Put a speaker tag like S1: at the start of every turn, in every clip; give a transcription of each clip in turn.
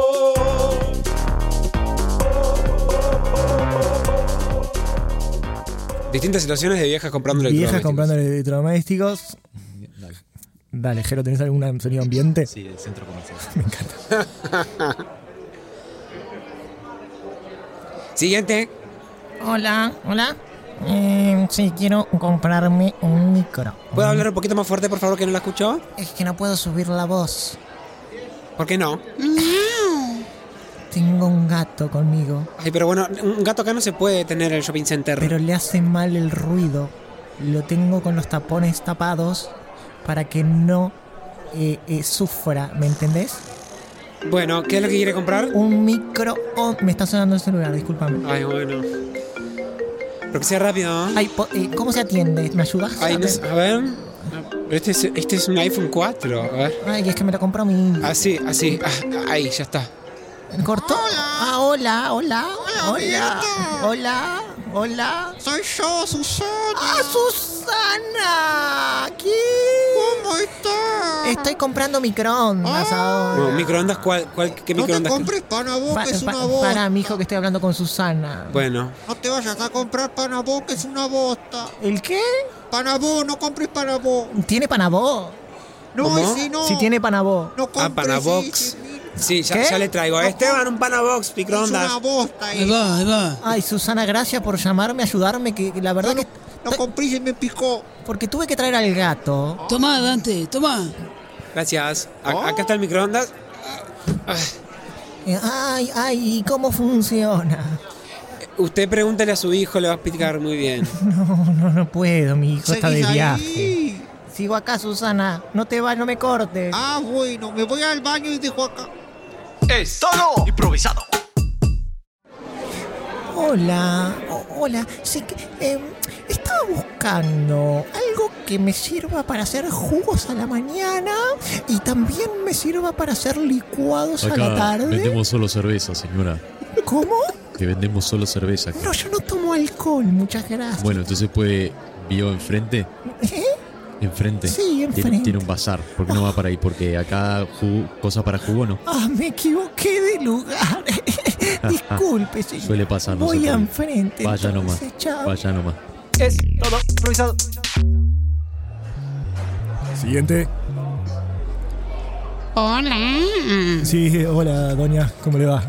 S1: improvisado.
S2: Distintas situaciones de viejas comprando
S3: Viejas
S2: electrodomésticos.
S3: comprando electrodomésticos.
S1: Dale.
S3: Dale, Jero, ¿tenés algún sonido ambiente?
S1: Sí, el centro comercial.
S2: Siguiente.
S4: Hola, hola. Eh, sí, quiero comprarme un micro.
S2: ¿Puedo hablar un poquito más fuerte, por favor, que no la escucho?
S4: Es que no puedo subir la voz.
S2: ¿Por qué no?
S4: Tengo un gato conmigo,
S2: Ay, pero bueno, un gato acá no se puede tener en el shopping center.
S4: pero le hace mal el ruido. Lo tengo con los tapones tapados para que no eh, eh, sufra, ¿me entendés?
S2: Bueno, ¿qué es lo que quiere comprar?
S4: Un micro... oh, me está sonando el celular, discúlpame.
S2: Ay, bueno. Pero que sea rápido.
S4: Ay, po- eh, ¿cómo se atiende? ¿Me ayudas?
S2: Ay, no sé, a ver. Este es, este es un iPhone 4. A ver.
S4: Ay, es que me lo compró mi...
S2: Así, así. Ah, ahí, ya está.
S4: ¿Cortó? Ah, hola, hola, hola, hola, hola.
S5: Soy yo, Susana.
S4: ¡Ah, Susana! ¿Qué?
S5: ¿Cómo estás?
S2: Este,
S4: Estoy comprando microondas
S5: Ah.
S2: Bueno,
S4: ahora.
S2: microondas, ¿cuál, cuál, ¿qué
S5: no te
S2: microondas?
S5: compres pan a vos,
S4: Pa-
S5: que es
S4: pa-
S5: una voz.
S4: para, mijo, que estoy hablando con Susana.
S2: Bueno,
S5: No te vayas a comprar pan a vos, que es una bosta.
S4: ¿El qué?
S5: Pan a vos, no compres pan a vos.
S4: ¿Tiene panabó?
S5: No,
S2: ¿Cómo?
S5: ese no.
S4: Si tiene panabó.
S5: No compres
S2: ah, Panabox.
S5: ese,
S2: Sí, ya,
S4: ¿Qué?
S2: ya le traigo. Esteban, un Panabox,
S5: Es una
S2: microondas.
S5: bosta. eh.
S4: Ay, Susana, gracias por llamarme, ayudarme, que que la verdad que...
S5: Lo compré y me picó.
S4: Porque tuve que traer al gato.
S6: Tomá, Dante, tomá.
S2: Gracias. A- Acá está el microondas.
S4: Eh, Ay, ay, ¿y ¿cómo funciona?
S2: Usted pregúntale a su hijo, le va a explicar muy bien.
S4: No, no, no puedo, mi hijo está de
S5: Seguís
S4: viaje.
S5: ahí.
S4: Sigo acá, Susana. No te vas, no me cortes.
S5: Ah, bueno, me voy al baño y dejo acá.
S1: Es todo improvisado.
S4: Hola, o- hola. Sí, que, eh, estaba buscando algo que me sirva para hacer jugos a la mañana y también me sirva para hacer licuados a la
S7: Acá
S4: tarde.
S7: vendemos solo cerveza, señora.
S4: ¿Cómo?
S7: Que vendemos solo cerveza. acá.
S4: No, yo no tomo alcohol, muchas gracias.
S7: Bueno, entonces puede. ¿Vio enfrente?
S4: ¿Eh?
S7: Enfrente.
S4: Sí,
S7: Tiene-
S4: enfrente.
S7: Tiene, un bazar. ¿Por qué no va para ahí? Porque acá ju- cosa para jugo no.
S4: Ah, me equivoqué de lugar. Disculpe, señor.
S7: Suele pasar, no se
S4: Voy
S7: preocupe.
S4: enfrente.
S7: Vaya nomás.
S4: entonces, chao.
S7: Vaya nomás.
S1: Es todo improvisado.
S3: Siguiente.
S8: Hola.
S3: Sí, hola, doña, ¿cómo le va?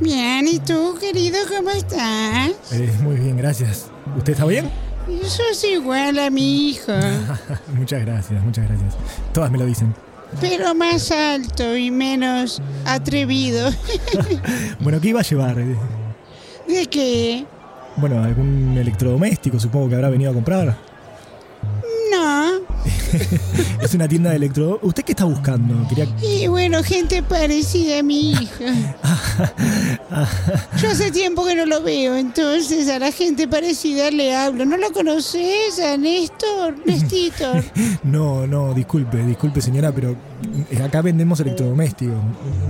S8: Bien, ¿y tú, querido, cómo estás?
S3: Eh, muy bien, gracias. ¿Usted está bien?
S8: Eso es igual a mi hijo,
S3: muchas gracias, muchas gracias. Todas me lo dicen.
S8: pero más alto y menos atrevido.
S3: Bueno, ¿qué iba a llevar? Eh,
S8: ¿De qué?
S3: Bueno, algún electrodoméstico supongo que habrá venido a comprar.
S8: No.
S3: Es una tienda de electro... ¿Usted qué está buscando? Quería...
S8: Y bueno, gente parecida a mi hijo. Yo hace tiempo que no lo veo, entonces a la gente parecida le hablo. ¿No lo conoces a Néstor? Nestitor.
S3: No, no, disculpe, disculpe señora, pero eh, acá vendemos electrodomésticos.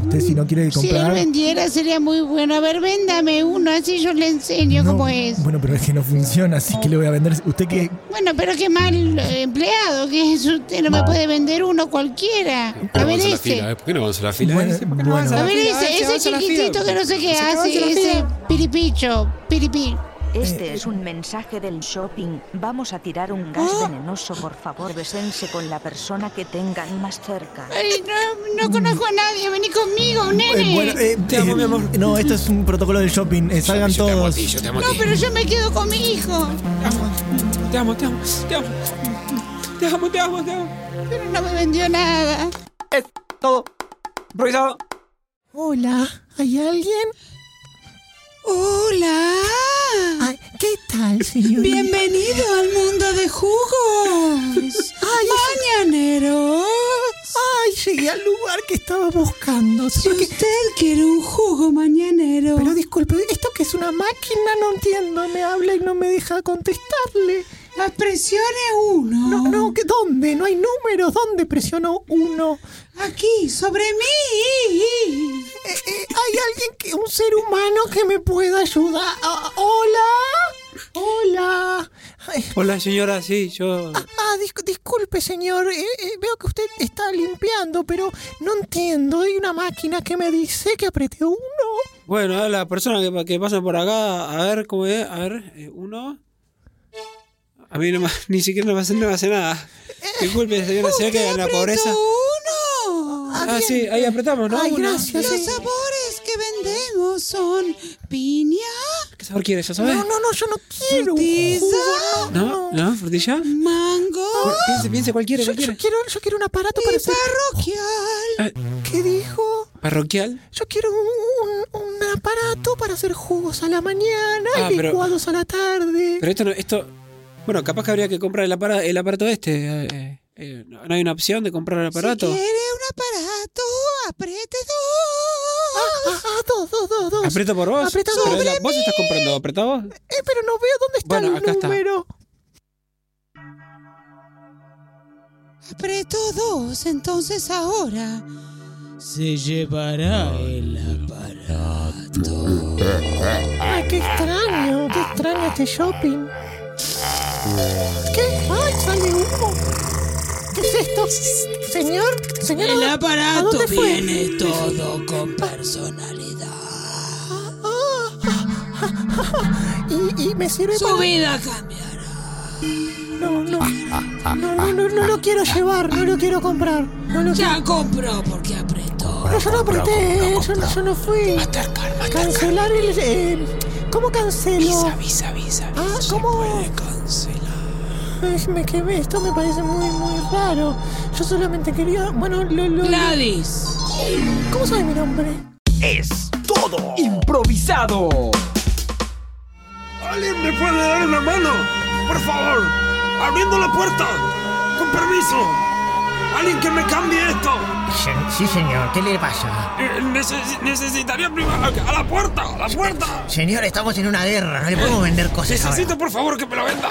S3: Usted si no quiere
S8: Si él
S3: comprar...
S8: vendiera sería muy bueno. A ver, véndame uno, así yo le enseño
S3: No,
S8: cómo es.
S3: Bueno, pero es que no funciona, así que le voy a vender. ¿Usted qué?
S8: Bueno, pero qué mal eh, empleado que es. Usted no me puede vender uno cualquiera. A ver
S7: eh.
S8: ese.
S2: ¿eh? ¿Por qué no vamos a la eh?
S3: Bueno, bueno.
S8: A ver ese, ese chiquitito que no sé qué hace, ese piripicho, piripí.
S9: Este es un mensaje del shopping. Vamos a tirar un gas venenoso. Por favor, besense con la persona que tengan más cerca.
S8: Ay, no, no conozco a nadie, vení conmigo,
S3: Eh, bueno,
S8: nene.
S3: eh, eh, No, esto es un protocolo del shopping. eh, salgan
S2: Yo te amo a
S3: todos.
S2: ti, yo te amo a
S8: No,
S2: ti.
S8: pero yo me quedo con mi hijo.
S2: Te amo, te amo, te amo. Te amo, te amo, te amo.
S8: Pero no me vendió nada.
S1: Es todo improvisado.
S4: Hola, ¿hay alguien?
S6: Hola.
S4: Ay, ¿Qué tal, señor?
S6: Bienvenido al mundo de jugos. Mañanero.
S4: Ay, llegué al lugar que estaba buscando.
S6: Si usted quiere un jugo mañanero.
S4: Pero disculpe, esto que es una máquina, no entiendo. Me habla y no me deja contestarle.
S6: presione uno.
S4: No, no, ¿qué- ¿dónde? No hay números. ¿Dónde presionó uno?
S6: Aquí, sobre mí.
S4: Eh, eh, ¿Hay alguien, que, un ser humano que me pueda ayudar? Ah, hola. Hola. Ay,
S2: Hola, señora, sí, yo.
S4: ah, dis- disculpe, Disculpe, señor, eh, eh, veo que usted está limpiando, pero no entiendo. Hay una máquina que me dice que apreté uno.
S2: Bueno, a ver, la persona que, que pasa por acá, a ver cómo es, a ver, eh, uno. A mí no me- ni siquiera no me hace, no me hace nada. Disculpe,
S4: Uh,
S2: señora, se ve que en la pobreza.
S6: uno!
S2: Ah, sí, ahí apretamos, ¿no?
S4: Ay,
S2: Uno.
S4: gracias.
S6: Los
S4: Ah, sí.
S6: sabores que vendemos son piña,
S2: ¿Qué sabor quieres? ¿Ya sabes?
S4: No, no, no, yo no quiero. un
S6: Frutiza.
S4: jugo,
S2: ¿No? ¿No? ¿Frutilla?
S6: mango
S4: Ah,
S2: Piense, piense, cualquiera,
S4: Yo, yo
S2: cualquiera.
S4: quiero, yo quiero un aparato
S6: y
S4: para hacer.
S6: parroquial.
S4: ¿Qué dijo?
S2: ¿Parroquial?
S4: Yo quiero un, un- un aparato para hacer jugos a la mañana
S2: Ah,
S4: y
S2: pero-
S4: licuados a la tarde.
S2: Pero esto no, esto. Bueno, capaz que habría que comprar el, apara- el aparato este. eh, eh, eh, ¿No no hay una opción de comprar el aparato?
S6: Si quiere un aparato, apriete dos.
S4: Ah, ah, ah, dos, dos, dos, dos.
S2: ¿Aprieto por vos?
S4: Apreta
S2: Pero
S4: sobre
S2: es la- ¿Vos estás comprando? ¿Apretá vos?
S4: Eh, pero no veo dónde está
S2: Bueno, acá
S4: el
S2: está.
S4: número.
S6: Apreto dos, entonces ahora se llevará el aparato.
S4: Ay, qué extraño, qué extraño este shopping. ¿Qué? ¡Ay, sale humo! ¿Qué es esto? Señor, señor.
S6: El
S4: ¿a- ¿a
S6: aparato
S4: dónde fue?
S6: viene todo con personalidad.
S4: Y, y me sirve
S6: Su vida cambiará.
S4: para. No, no. No, no, no, no lo quiero llevar, no lo quiero comprar. No lo
S6: Ya compró porque apretó.
S4: No, yo no apreté, eh, yo, no- yo no fui. Cancelar el. eh, ¿Cómo cancelo?
S2: Avisa, avisa.
S4: Ah, ¿cómo? Ay, me quemé, esto me parece muy, muy raro. Yo solamente quería. Bueno, lo. lo-
S6: Gladys.
S4: ¿Cómo sabe mi nombre?
S1: Es todo improvisado.
S2: ¿Alguien me puede dar una mano? Por favor, abriendo la puerta. Con permiso. Alguien que me cambie esto.
S4: Sí, señor, ¿qué le pasa?
S2: Eh, neces- necesitaría primero a a la puerta, a la puerta.
S4: Señor, estamos en una guerra, no le podemos vender cosas.
S2: Necesito por favor que me la venda.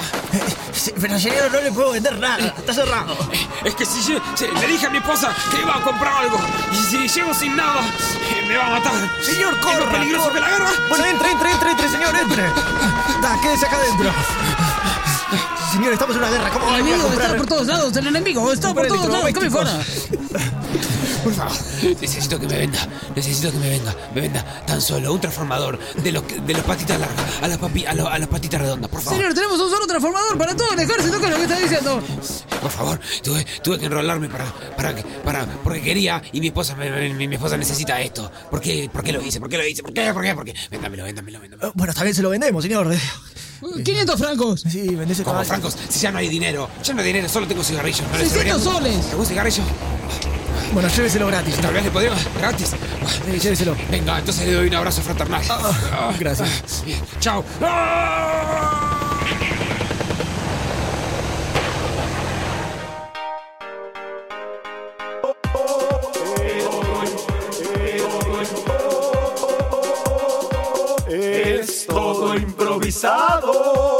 S4: Pero señor, no le puedo vender nada, está cerrado.
S2: Es que si, lle- si- le dije a mi esposa que iba a comprar algo y si llego sin nada eh, me va a matar.
S1: Señor,
S2: ¿Es lo
S1: corra,
S2: peligroso
S1: corra.
S2: que la guerra?
S1: Bueno, entre, entre, entre, entre, señor, entre. Da, quédese acá adentro. Señor, estamos en una guerra. ¿Cómo va a venir a comprar?
S6: todos lados, el enemigo está
S1: por todos lados, come fuera.
S2: Necesito que me venda, necesito que me venda, me venda tan solo un transformador de los que- de las patitas largas a las papi, a, lo- a las patitas redondas, por favor.
S6: tenemos un solo transformador para todo el ejército, que es lo que está diciendo.
S2: Por favor, tuve, tuve que enrolarme para, para, que- para, porque quería y mi esposa, me- me- mi, mi esposa necesita esto. ¿Por qué, ¿Por qué lo hice? ¿Por qué lo hice? ¿Por qué? ¿Por qué? ¿Por qué? Véndamelo, véndamelo, véndamelo.
S1: Eh, Bueno, está bien, se lo vendemos, señor.
S6: 500 francos.
S1: Sí, vendés el
S2: Como
S1: caballo.
S2: francos, si ya no hay dinero, ya no hay dinero, solo tengo cigarrillos. ¿No le
S6: 600
S2: sobraría un-
S6: soles.
S2: ¿Algún cigarrillo?
S1: Bueno, lléveselo gratis.
S2: Tal vez le podríamos, gratis.
S1: Sí, lléveselo.
S2: Venga, entonces le doy un abrazo fraternal. Ah,
S1: gracias.
S2: ah, bien. Chao. Ah.
S10: Es todo improvisado.